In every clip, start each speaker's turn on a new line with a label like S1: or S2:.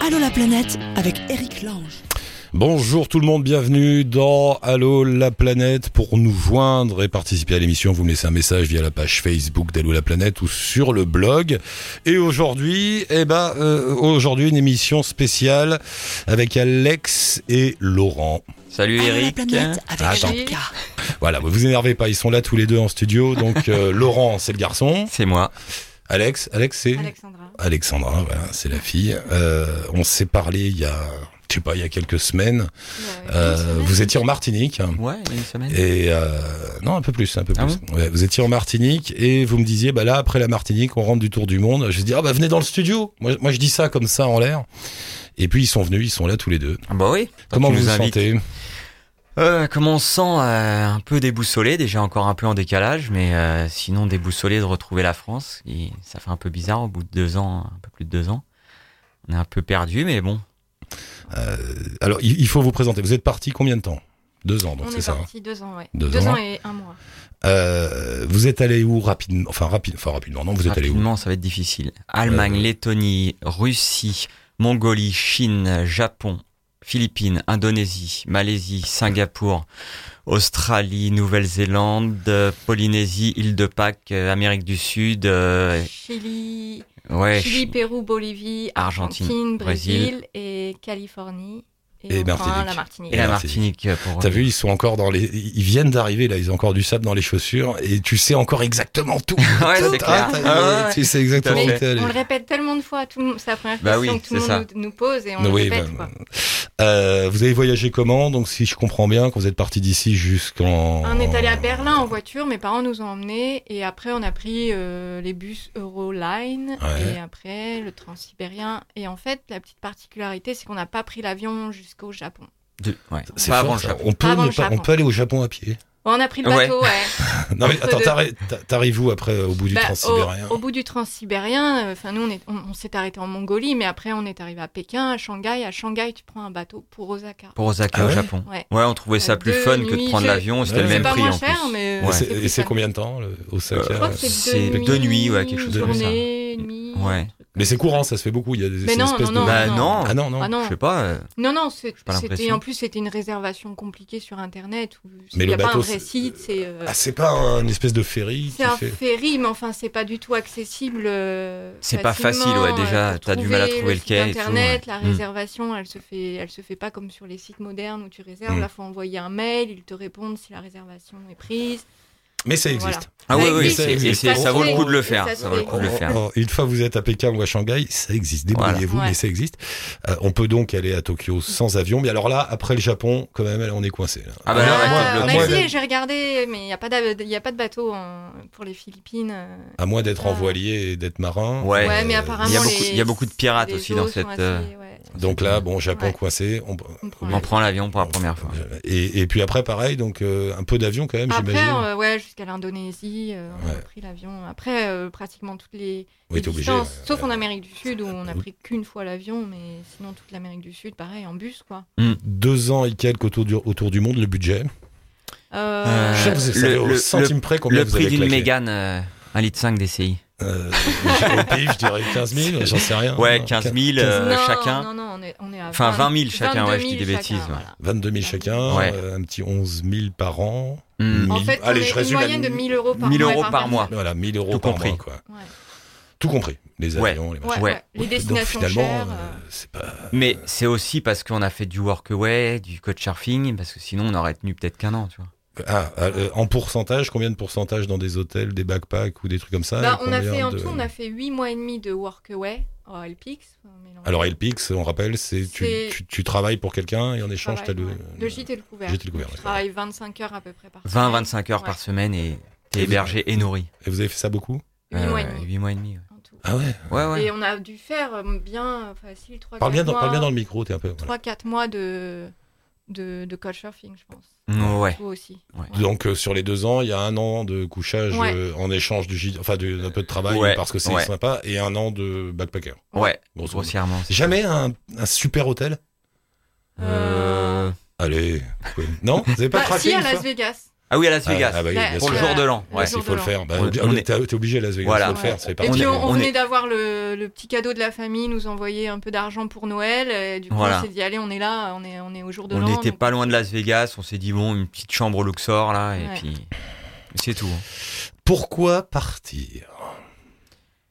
S1: Allô la planète avec Eric Lange.
S2: Bonjour tout le monde, bienvenue dans Allô la planète. Pour nous joindre et participer à l'émission, vous me laissez un message via la page Facebook d'Allô la planète ou sur le blog. Et aujourd'hui, eh ben, euh, aujourd'hui une émission spéciale avec Alex et Laurent.
S3: Salut
S1: Allô Ah, la
S3: Eric.
S1: planète avec
S2: Attends.
S1: Erika.
S2: Voilà, vous énervez pas, ils sont là tous les deux en studio. Donc euh, Laurent, c'est le garçon.
S3: C'est moi.
S2: Alex, Alex, c'est
S4: Alexandra.
S2: Alexandra, voilà, c'est la fille. Euh, on s'est parlé il y a, je sais pas, il y a quelques semaines. Euh, vous étiez en Martinique.
S3: Ouais, il y a une semaine.
S2: Et euh, non, un peu plus, un peu
S3: Ah
S2: plus. Ouais, vous étiez en Martinique et vous me disiez, bah là, après la Martinique, on rentre du tour du monde. Je dis, ah bah venez dans le studio. Moi, moi je dis ça comme ça en l'air. Et puis ils sont venus, ils sont là tous les deux.
S3: Ah Bah oui. Quand
S2: Comment
S3: tu
S2: vous
S3: nous
S2: vous
S3: invites.
S2: sentez
S3: euh, Comment on se sent euh, Un peu déboussolé, déjà encore un peu en décalage, mais euh, sinon déboussolé de retrouver la France. qui- ça fait un peu bizarre au bout de deux ans, un peu plus de deux ans. On est un peu perdu, mais bon.
S2: Euh, Alors, il il faut vous présenter. Vous êtes parti combien de temps Deux ans, donc
S4: On
S2: c'est
S4: est
S2: ça. hein
S4: parti deux ans, ouais.
S2: Deux
S4: Deux,
S2: ans.
S4: ans. et un mois.
S2: Euh, vous êtes allé où rapidement Enfin, rapide, enfin rapidement. Non, vous êtes allé où Euh,
S3: Rapidement, ça va être difficile. Allemagne, Lettonie, Russie, Mongolie, Chine, Japon, Philippines, Indonésie, Malaisie, Singapour, Australie, Nouvelle-Zélande, euh, Polynésie, île de Pâques, euh, Amérique du Sud, euh,
S4: Chili,
S3: ouais,
S4: Chili,
S3: Chi-
S4: Pérou, Bolivie,
S3: Argentine,
S4: Argentine,
S3: Brésil.
S4: Brésil, et Californie.
S2: Et
S4: Et, enfin,
S2: Martinique.
S4: la
S3: et
S4: Martinique.
S3: la
S2: Martinique.
S3: Martinique pour
S2: T'as vu, ils sont encore dans les. Ils viennent d'arriver là, ils ont encore du sable dans les chaussures et tu sais encore exactement tout.
S3: Ouais, c'est
S2: Ah,
S3: clair.
S2: t'as-
S3: Ah ouais.
S2: Tu sais exactement
S3: Tout à
S2: où
S3: fait.
S2: t'es allé.
S4: On le répète tellement de fois, tout le monde- c'est la première
S3: Bah
S4: question
S3: oui,
S4: que tout
S3: c'est
S4: le monde
S3: ça.
S4: nous, nous pose et Ah, on
S2: Oui,
S4: le répète.
S2: bah,
S4: quoi.
S2: Euh, vous avez voyagé comment Donc, si je comprends bien, quand vous êtes parti d'ici jusqu'en.
S4: On est allé à Berlin en voiture, mes parents nous ont emmenés et après on a pris euh, les bus Euroline
S2: Ouais.
S4: et après le transsibérien. Et en fait, la petite particularité, c'est qu'on n'a pas pris l'avion jusqu'au Japon.
S3: De- ouais.
S2: C'est
S3: Pas
S2: fort,
S3: avant le
S2: ça.
S3: Japon.
S2: On peut,
S4: Pas avant
S2: ne
S4: le
S2: pas- on
S4: Japon.
S2: peut aller au Japon à pied.
S4: On a pris le
S3: Ouais.
S4: bateau, ouais.
S2: Non, mais
S4: Entre
S2: attends,
S4: deux.
S2: t'arri- t'a- t'arrives où après euh, au bout du
S4: Bah,
S2: transsibérien
S4: au, au bout du transsibérien, euh, enfin nous on est- on, on s'est arrêté en Mongolie, mais après on est arrivé à Pékin, à Shanghai. À Shanghai, tu prends un bateau pour Osaka.
S3: Pour Osaka
S2: Ah
S3: au
S2: ouais
S3: Japon.
S4: Ouais.
S3: Ouais, on trouvait ça
S4: Euh,
S3: plus
S4: deux
S3: fun que de
S4: nuits,
S3: prendre
S4: je-
S3: l'avion. C'était
S2: Ouais.
S3: le
S2: C'est
S3: même
S4: pas
S3: prix
S4: moins
S3: en
S4: cher,
S3: plus.
S4: mais euh,
S2: Et
S3: Ouais.
S2: c'est-
S4: c'est
S2: Et
S4: plus
S2: c'est
S4: fun.
S2: combien de temps, le
S3: Euh, je
S2: Osaka
S4: Je crois que c'est
S3: c'est
S4: deux,
S3: deux nuits,
S4: nuits,
S3: ouais, quelque chose
S4: une
S2: comme ça.
S4: journée, une nuit.
S3: Ouais.
S2: Mais c'est courant, ça se fait beaucoup. Il y a des
S4: Mais
S2: c'est une
S4: non,
S2: espèce
S4: non,
S2: de-
S4: non.
S3: Bah non.
S2: Ah non, non.
S4: Ah non,
S3: Je sais pas. euh,
S4: non, non, c'est-
S3: pas
S4: c'était
S3: l'impression.
S4: en plus c'était une réservation compliquée sur internet. Où il
S2: Mais
S4: n'y
S2: le
S4: a pas
S2: bateau,
S4: un vrai
S2: c'est-
S4: site, c'est euh,
S2: Ah, c'est pas un- une espèce de ferry
S4: c'est
S2: qui
S4: un
S2: fait.
S4: ferry, mais enfin c'est pas du tout accessible. euh,
S3: C'est pas
S4: facilement,
S3: facile, ouais,
S4: euh,
S3: déjà,
S4: pour
S3: t'as du mal à trouver
S4: le site
S3: lequel et tout,
S4: Internet,
S3: ouais.
S4: la
S3: Mm.
S4: réservation, elle se fait, elle se fait pas comme sur les sites modernes où tu réserves.
S2: Mm.
S3: Hmm.
S4: Là, faut envoyer un mail, ils te répondent si la réservation est prise.
S2: Mais ça
S4: Voilà.
S2: existe.
S3: Ah
S4: Ça
S3: oui, oui,
S4: existe,
S3: c'est-
S2: ça
S3: et c'est-
S2: existe.
S3: ça vaut le coup de le
S4: Et
S3: faire.
S4: ça
S3: Ça vaut le
S4: se
S3: coup de le
S2: Oh,
S3: faire.
S2: oh, une fois que vous êtes à Pékin ou à Shanghai, ça existe.
S3: Voilà.
S2: Débrouillez-vous, mais
S4: Ouais.
S2: ça existe. Euh, on peut donc aller à Tokyo sans avion. Mais alors là, après le Japon, quand même, on est coincé. là.
S3: Ah bah là,
S2: à
S3: ouais,
S2: moins-
S3: t'es
S4: Ah,
S2: à
S3: bloqué.
S4: bah
S2: moins
S4: si,
S2: d'être-
S4: j'ai regardé, mais il n'y a, pas d'av- il y a pas de bateau en- pour les Philippines. euh.
S2: à moins d'être en
S4: Ah.
S2: voilier et d'être marin.
S3: Ouais.
S4: Ouais, mais apparemment,
S3: il y a beaucoup-
S4: les-
S3: il y a beaucoup de pirates
S4: les
S3: aussi dans
S4: eaux sont
S3: cette,
S4: assez,
S3: euh,
S4: ouais,
S2: Donc là, bon, Japon
S4: Ouais.
S2: coincé. on- euh,
S4: on
S3: On
S4: prend l'avion.
S3: prend l'avion pour la première fois.
S2: Et, et puis après, pareil, donc euh, un peu d'avion quand même,
S4: Après,
S2: j'imagine.
S4: euh, ouais, jusqu'à l'Indonésie, euh, on
S2: Ouais.
S4: a pris l'avion. Après, euh, pratiquement toutes les,
S2: Oui,
S4: les
S2: t'es obligé. euh,
S4: distances,
S2: ouais.
S4: sauf en Amérique du Sud où on a
S2: Oui.
S4: pris qu'une fois l'avion, mais sinon toute l'Amérique du Sud, pareil, en bus, quoi.
S2: Deux ans et quelques autour du, autour du monde, le budget.
S4: Euh,
S3: Euh,
S2: Je sais que vous
S3: le-
S2: savez au
S3: le-
S2: centime près combien
S3: Le
S2: vous
S3: prix
S2: avez
S3: d'une
S2: claqué.
S3: Mégane, euh, 1,5 litre DCI.
S2: Euh, au pif, je dirais 15 000, j'en sais rien. hein.
S3: Ouais,
S2: Non,
S3: 15 000 euh,
S4: non,
S3: chacun.
S4: Non, non, on est, on est à
S3: Enfin, 20 000 chacun,
S4: 22
S3: ouais, je dis des
S4: 000
S3: bêtises, ouais.
S4: voilà.
S2: 22 000 chacun,
S3: Ah, Ouais.
S2: euh, un petit 11 000 par an.
S3: Hmm.
S4: En
S2: Mille-
S4: fait,
S2: Allez,
S4: on
S2: je
S4: est une
S2: résume à
S4: moyenne de 1000 euros par
S3: 1000
S4: mois.
S3: euros
S4: par
S3: par mois.
S2: Voilà, 1000 euros
S3: Ah. Tout
S2: par
S3: compris.
S2: mois, quoi.
S4: personne. Ouais.
S2: Tout compris. Les
S3: Ouais.
S2: avions, les machins.
S4: Ouais,
S3: Ouais.
S4: ouais. Les
S2: Donc
S4: destinations
S2: finalement,
S4: chères.
S2: euh,
S4: euh,
S2: c'est pas.
S3: Mais c'est aussi parce qu'on a fait du workaway, du couchsurfing, parce que sinon on aurait tenu peut-être qu'un an, tu vois.
S2: Ah, euh, en pourcentage, combien de pourcentage dans des hôtels, des backpacks ou des trucs comme ça
S4: bah,
S2: et
S4: on a
S2: combien
S4: fait en
S2: de-
S4: tout, on a fait 8 mois et demi de workaway oh, à LPX. on mélange.
S2: Alors LPX, on rappelle, c'est tu,
S4: C'est-
S2: tu, tu travailles pour quelqu'un et en
S4: Je travaille,
S2: échange, tu as le...
S4: ouais. Le gîte et le couvert.
S2: gîte et le couvert,
S4: Je
S2: d'accord.
S4: travaille 25 heures à peu près par
S3: 20-25 heures
S4: Ouais.
S3: par semaine et
S2: Et
S3: t'es
S2: vous-
S3: hébergé et nourri.
S2: Et vous avez fait ça beaucoup
S4: 8
S2: Euh,
S4: mois et demi
S3: 8 mois et demi. ouais.
S4: en tout.
S2: Ah ouais
S3: Ouais, ouais.
S4: Et on a dû faire euh, bien euh, facile 3
S2: parle bien,
S4: 4
S2: dans,
S4: mois,
S2: parle bien dans le micro, t'es un peu... voilà.
S4: 3 4 mois de de de couchsurfing, je pense.
S3: Mm, ouais.
S4: Toi aussi.
S3: Ouais.
S2: Donc euh, sur les deux ans, il y a un an de couchage
S4: Ouais.
S2: euh, en échange du gîte, enfin du- d'un peu de travail
S3: Ouais,
S2: parce que c'est
S3: ouais.
S2: sympa, et un an de backpacker.
S3: Ouais,
S2: Bon, c'est-
S3: grossièrement. c'est-
S2: Jamais un, un super hôtel
S3: Euh,
S2: Allez, vous pouvez- non Vous avez pas
S4: Euh, Bah,
S2: craqué
S4: si à
S2: une fois
S4: Las Vegas.
S3: Ah oui, à Las Vegas.
S2: Ah, bah oui,
S4: Ouais,
S2: bien
S3: pour le
S2: sûr.
S3: jour de l'an.
S4: Ouais,
S3: ouais.
S4: c'est-
S2: Il faut le faire. Bah,
S3: On-
S2: t'es-
S3: on est-
S2: T'es obligé à Las Vegas
S3: Voilà.
S2: de le faire. C'est
S4: Et
S2: parti.
S4: puis on,
S3: on
S4: on
S3: est-
S4: venait d'avoir le, le petit cadeau de la famille, nous envoyer un peu d'argent pour Noël. Et du coup,
S3: Voilà.
S4: on s'est dit, allez, on est là, on est, on est au jour de
S3: On
S4: l'an.
S3: n'était
S4: donc-
S3: pas loin de Las Vegas, on s'est dit bon, une petite chambre au Luxor là, et
S4: Ouais.
S3: puis c'est tout. hein.
S2: Pourquoi partir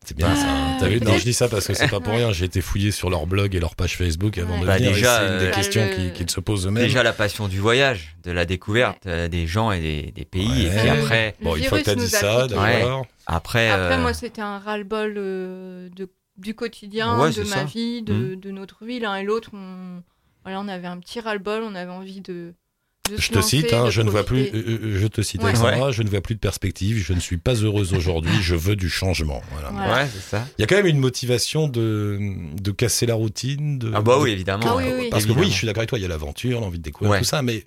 S2: C'est bien
S4: Ah,
S2: ça. hein. T'as vu Non,
S4: peut-être-
S2: je dis ça parce que c'est pas pour
S4: Ouais.
S2: rien. J'ai été fouillé sur leur blog et leur page Facebook avant de
S4: Bah,
S2: venir. et
S3: déjà,
S2: c'est une des
S3: euh,
S2: questions
S4: le-
S2: qui- qu'ils se posent eux-mêmes.
S3: Déjà la passion du voyage, de la découverte euh, des gens et des, des pays,
S2: Ouais.
S3: et puis
S2: Euh,
S3: après,
S4: Le
S2: Bon, une fois que
S4: virus
S2: t'as dit
S4: nous a
S2: ça,
S4: piqué.
S2: d'accord.
S3: après,
S4: Après,
S3: euh,
S4: moi, c'était un ras-le-bol euh, de, du quotidien,
S3: Ouais,
S4: de
S3: c'est
S4: ma
S3: ça. Hmm.
S4: vie, de, de notre vie. L'un et l'autre, on, voilà, on avait un petit ras-le-bol, on avait envie de. de
S2: Je
S4: se
S2: te
S4: lancer,
S2: cite, hein,
S4: de
S2: je ne vois plus,
S4: profiter.
S2: euh, euh, je te cite,
S4: Ouais.
S2: Alexandra, je ne vois plus de perspective, je ne suis pas heureuse aujourd'hui, je veux du changement. Voilà.
S4: Ouais.
S3: ouais, c'est ça.
S2: Il y a quand même une motivation de, de casser la routine. De,
S3: Ah bah oui,
S2: de-
S3: évidemment.
S4: Ah oui, oui, oui.
S2: Parce que
S3: Évidemment.
S2: oui, je suis d'accord avec toi, il y a l'aventure, l'envie de découvrir
S3: Ouais.
S2: tout ça, mais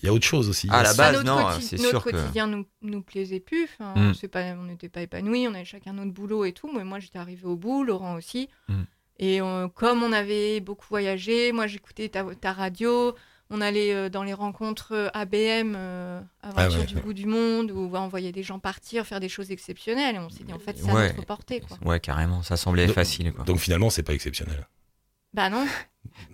S2: il y a autre chose aussi.
S3: Ah,
S2: Il y a
S3: la
S2: ça.
S3: base,
S4: Enfin,
S3: non,
S4: quoti-
S3: c'est
S4: notre
S3: sûr que-
S4: quotidien nous, nous plaisait plus. Enfin,
S3: Mm.
S4: on s'est pas- On n'était pas épanouis, on avait chacun notre boulot et tout. Mais moi, j'étais arrivée au bout, Laurent aussi.
S3: Mm.
S4: Et on- comme on avait beaucoup voyagé, moi, j'écoutais ta, ta radio. On allait euh, dans les rencontres euh, ABM, euh,
S3: Ah
S2: ouais,
S4: Aventure du
S2: ouais.
S4: bout du monde, où bah, on voyait des gens partir, faire des choses exceptionnelles. Et on s'est dit, en fait, c'est
S3: Ouais.
S4: à notre portée. Quoi.
S3: Ouais, carrément, ça semblait
S2: Donc-
S3: facile. Quoi.
S2: Donc finalement, c'est pas exceptionnel.
S4: Bah non.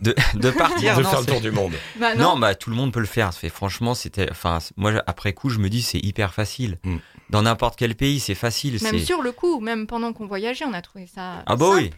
S3: de, de partir,
S2: de
S3: non,
S2: faire le
S3: c'est-
S2: tour du monde.
S4: Bah non.
S3: non, bah tout le monde peut le faire. Ça fait, franchement, c'était, enfin, c- moi après coup, je me dis c'est hyper facile.
S2: Mm.
S3: Dans n'importe quel pays, c'est facile.
S4: même
S3: c'est-
S4: sur le coup, même pendant qu'on voyageait, on a trouvé ça.
S3: Ah bah
S4: simple.
S3: oui,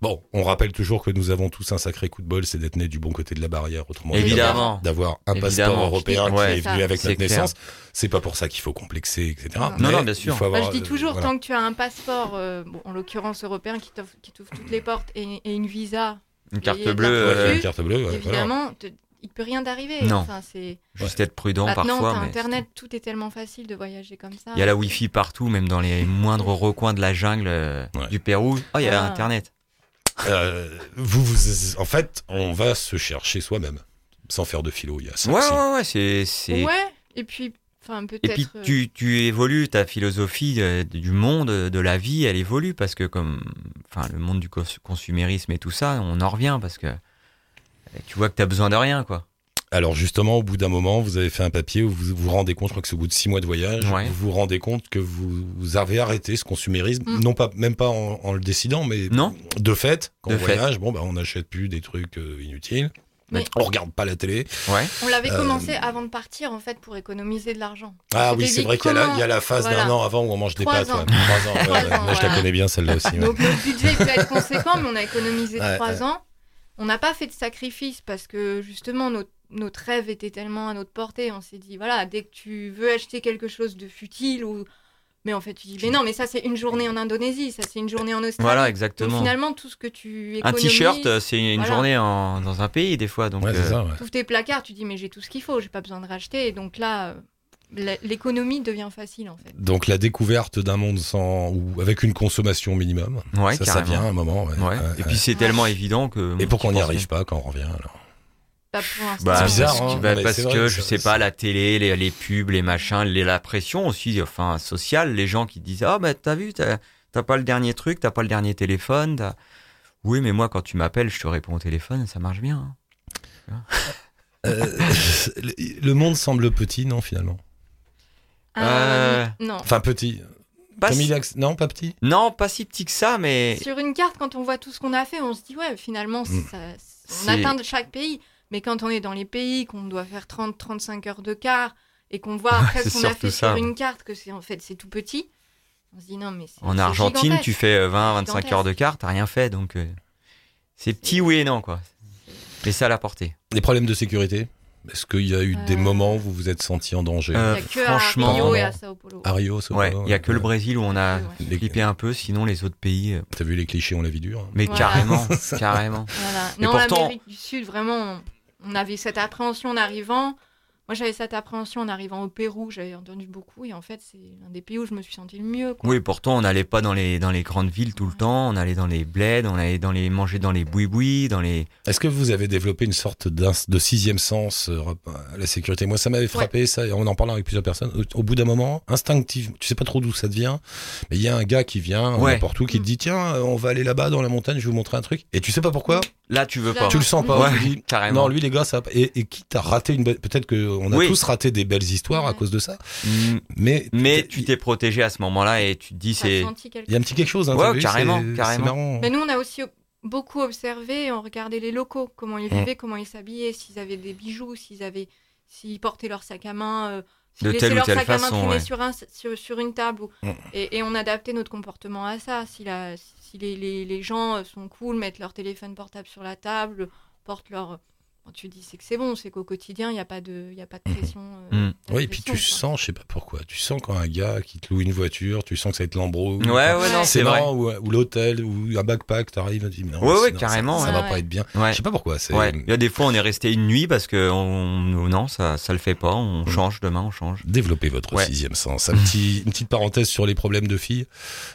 S2: Bon, on rappelle toujours que nous avons tous un sacré coup de bol, c'est d'être né du bon côté de la barrière, autrement dit,
S3: évidemment.
S2: d'avoir d'avoir un passeport
S3: Évidemment.
S2: européen
S3: Ouais.
S2: qui est
S4: C'est
S2: venu
S4: ça.
S2: avec
S3: C'est
S2: notre
S3: clair.
S2: naissance. C'est pas pour ça qu'il faut complexer, etc.
S4: Non.
S3: Non,
S2: Mais
S3: non, bien
S2: il
S3: sûr.
S2: faut
S4: Moi,
S2: avoir,
S4: Bah, je dis
S2: euh,
S4: toujours,
S2: voilà.
S4: tant que tu as un passeport, euh, bon, en l'occurrence européen, qui t'offre- qui t'ouvre toutes les portes, et, et une visa,
S3: Une carte bleue,
S4: Et d'un point de
S3: euh,
S2: Ouais,
S4: vue,
S2: une carte bleue, ouais, voilà.
S4: évidemment, te- il peut rien t'arriver.
S3: Non.
S4: Enfin, c'est
S3: juste être prudent
S4: maintenant,
S3: parfois.
S4: t'as
S3: mais
S4: Internet, tout est tellement facile de voyager comme ça.
S3: Il y a la wifi partout, même dans les moindres recoins de la jungle euh,
S2: Ouais.
S3: du Pérou. Oh, il y a
S4: Ah.
S3: Internet.
S2: Euh, vous, vous- en fait, on va se chercher soi-même, sans faire de philo. Il y a ça
S3: Ouais,
S2: aussi.
S3: ouais, ouais, c'est. c'est-
S4: Ouais. Et puis, enfin,
S3: Et puis
S4: peut-être. euh,
S3: tu, tu évolues, ta philosophie euh, du monde, euh, de la vie, elle évolue parce que comme enfin le monde du cons- consumérisme et tout ça, on en revient parce que euh, tu vois que t'as besoin de rien quoi.
S2: Alors justement, au bout d'un moment, vous avez fait un papier où vous vous rendez compte, je crois que c'est au bout de six mois de voyage,
S3: Ouais.
S2: vous vous rendez compte que vous, vous avez arrêté ce consumérisme,
S4: Mm.
S2: non pas même pas en, en le décidant, mais
S3: Non.
S2: de fait, quand
S3: De
S2: on
S3: fait.
S2: voyage, bon bah on n'achète plus des trucs euh, inutiles,
S4: Mais-
S2: on regarde pas la télé.
S3: Ouais.
S4: On l'avait
S2: euh,
S4: commencé avant de partir, en fait, pour économiser de l'argent.
S2: Ah
S4: Je
S2: oui,
S4: t'ai
S2: c'est
S4: dit
S2: vrai qu'il y, a la-
S4: comment-
S2: il y a la phase d'un
S4: voilà.
S2: an avant où on mange des
S4: Trois
S2: pâtes. ouais.
S4: ans.
S2: Trois ans, ouais,
S4: Trois
S2: ouais.
S4: ans,
S2: Moi, je la
S4: voilà.
S2: connais bien celle-là aussi. ouais.
S4: Donc notre budget peut être conséquent, mais on a économisé
S2: Ouais,
S4: trois
S2: ouais.
S4: ans. On n'a pas fait de sacrifice parce que justement notre, notre rêve était tellement à notre portée. On s'est dit voilà, dès que tu veux acheter quelque chose de futile ou mais en fait tu dis mais non mais ça c'est une journée en Indonésie, ça c'est une journée en Australie.
S3: Voilà,
S4: Donc
S3: exactement.
S4: finalement tout ce que tu
S3: Un
S4: économises,
S3: t-shirt, euh, c'est une
S4: Voilà.
S3: journée en- dans un pays des fois donc
S2: Ouais, c'est
S3: euh,
S2: ça, ouais.
S4: tous tes placards, tu dis mais j'ai tout ce qu'il faut, j'ai pas besoin de racheter. Et donc là euh, l'é- l'économie devient facile en fait.
S2: Donc la découverte d'un monde sans ou avec une consommation minimum,
S3: ouais,
S2: ça, ça
S3: carrément.
S2: vient à un moment. ouais.
S3: Ouais.
S2: Ouais,
S3: Et
S2: ouais.
S3: puis c'est
S4: Ouais.
S3: tellement évident que
S2: Et pourquoi on n'y
S3: n'y
S2: arrive pas quand on revient alors
S4: Pas pour l'instant.
S3: Bah,
S2: C'est bizarre,
S3: parce que,
S2: hein.
S3: bah,
S2: Mais
S3: parce
S2: c'est
S3: que
S2: vrai,
S3: je
S2: ça-
S3: sais pas, la télé, les, les pubs, les machins, les, la pression aussi, enfin sociale, les gens qui disent ah bah t'as vu, t'as t'as pas le dernier truc, t'as pas le dernier téléphone. t'as- Oui, mais moi quand tu m'appelles, je te réponds au téléphone, ça marche bien. hein.
S2: Euh, le le monde semble petit, non finalement
S4: Euh, non.
S2: Enfin petit.
S3: Pas
S2: Comme
S3: si-
S2: il acc- Non, pas petit.
S3: Non, pas si petit que ça, mais
S4: Sur une carte, quand on voit tout ce qu'on a fait, on se dit, ouais, finalement,
S2: Mm.
S4: ça- on
S3: Hmm. C'est-
S4: atteint de chaque pays. Mais quand on est dans les pays, qu'on doit faire 30-35 heures de car, et qu'on voit après
S3: c'est
S4: ce qu'on a
S3: surtout
S4: fait
S3: ça. hein.
S4: sur une carte, que c'est en fait c'est tout petit, on se dit non, mais c'est.
S3: en
S4: c'est
S3: Argentine,
S4: gigantesque.
S3: tu fais
S4: Gigantesque.
S3: 20-25 heures de quart, t'as rien fait, donc euh, c'est petit oui et non quoi. Mais ça à la portée.
S2: Les problèmes de sécurité Est-ce qu'il y a eu des
S4: Euh.
S2: moments où vous vous êtes senti en danger
S3: Euh,
S4: Il n'y a que
S3: franchement- Ah.
S4: à Rio et à Sao Paulo.
S2: À Rio, c'est
S3: Ouais,
S2: pas-
S3: il y a que le Brésil où on a
S4: Ouais.
S2: Les-
S3: flippé un peu, sinon les autres pays. euh,
S2: T'as vu les clichés, on la vie dure. hein.
S3: Mais
S4: Voilà.
S3: carrément, carrément.
S4: Voilà.
S3: Mais
S4: Non,
S3: pourtant-
S4: l'Amérique du Sud, vraiment, on on avait cette appréhension en arrivant. Moi, j'avais cette appréhension en arrivant au Pérou, j'avais entendu beaucoup, et en fait, c'est l'un des pays où je me suis sentie le mieux. quoi.
S3: Oui, pourtant, on n'allait pas dans les, dans les grandes villes tout le temps, on allait dans les bleds, on allait dans les, manger dans les boui-boui, dans les.
S2: Est-ce que vous avez développé une sorte d'ins- de sixième sens euh, à la sécurité Moi, ça m'avait frappé, ça, et on en parlant avec plusieurs personnes. Au, au bout d'un moment, instinctivement, tu sais pas trop d'où ça devient, mais il y a un gars qui vient
S3: Ouais.
S2: n'importe où qui te dit Tiens, euh, on va aller là-bas dans la montagne, je vais vous montrer un truc. Et tu sais pas pourquoi
S3: Là, tu veux
S4: Là,
S3: pas.
S2: Tu le sens pas
S3: Ouais,
S2: je vous dis.
S3: carrément.
S2: Non, lui, les gars, ça. Et, et quitte à rater une. belle- Peut-être qu'on a
S3: Oui.
S2: tous raté des belles histoires à
S4: Ouais.
S2: cause de ça.
S3: Mm,
S2: Mais,
S3: Mais tu t'es protégé à ce moment-là et tu te dis
S4: T'as
S3: c'est.
S4: senti quelque
S2: Il y a un petit quelque chose, hein,
S3: Ouais,
S2: t'as vu,
S3: carrément,
S2: c'est- C'est
S3: carrément.
S2: marrant.
S4: Mais nous, on a aussi beaucoup observé, on regardait les locaux, comment ils
S2: Mm.
S4: vivaient, comment ils s'habillaient, s'ils avaient des bijoux, s'ils avaient, s'ils portaient leur sac à main, euh, s'ils
S3: De
S4: laissaient
S3: telle ou
S4: leur
S3: telle
S4: sac à
S3: façon,
S4: main traîner
S3: ouais.
S4: sur, un- sur, sur une table. ou-
S2: Mm.
S4: Et, et on adaptait notre comportement à ça. Si, la, si les, les- les gens euh, sont cool, mettent leur téléphone portable sur la table, portent leur... Bon, tu dis c'est que c'est bon, c'est qu'au quotidien, il n'y a pas de, il y a pas de pression. euh,
S3: Mm.
S4: pas de
S2: Oui, et puis tu
S4: pression, quoi.
S2: sens, je sais pas pourquoi, tu sens quand un gars qui te loue une voiture, tu sens que ça va être l'embro.
S3: Ouais, ouais, non,
S2: c'est
S3: c'est vrai.
S2: marrant, ou, euh, ou l'hôtel, ou un backpack, t'arrives, tu dis, non,
S3: Ouais, ouais,
S2: c'est- non,
S3: carrément,
S2: ça, ça
S4: ouais.
S2: va
S4: Ouais,
S2: pas
S4: ouais.
S2: être bien.
S3: Ouais.
S2: Je sais pas pourquoi, c'est.
S3: Ouais. Il y a des fois, on est resté une nuit parce que on... non, ça, ça le fait pas. On change demain, on change.
S2: Développer votre
S3: Ouais.
S2: sixième sens. Un petit, une petite parenthèse sur les problèmes de filles.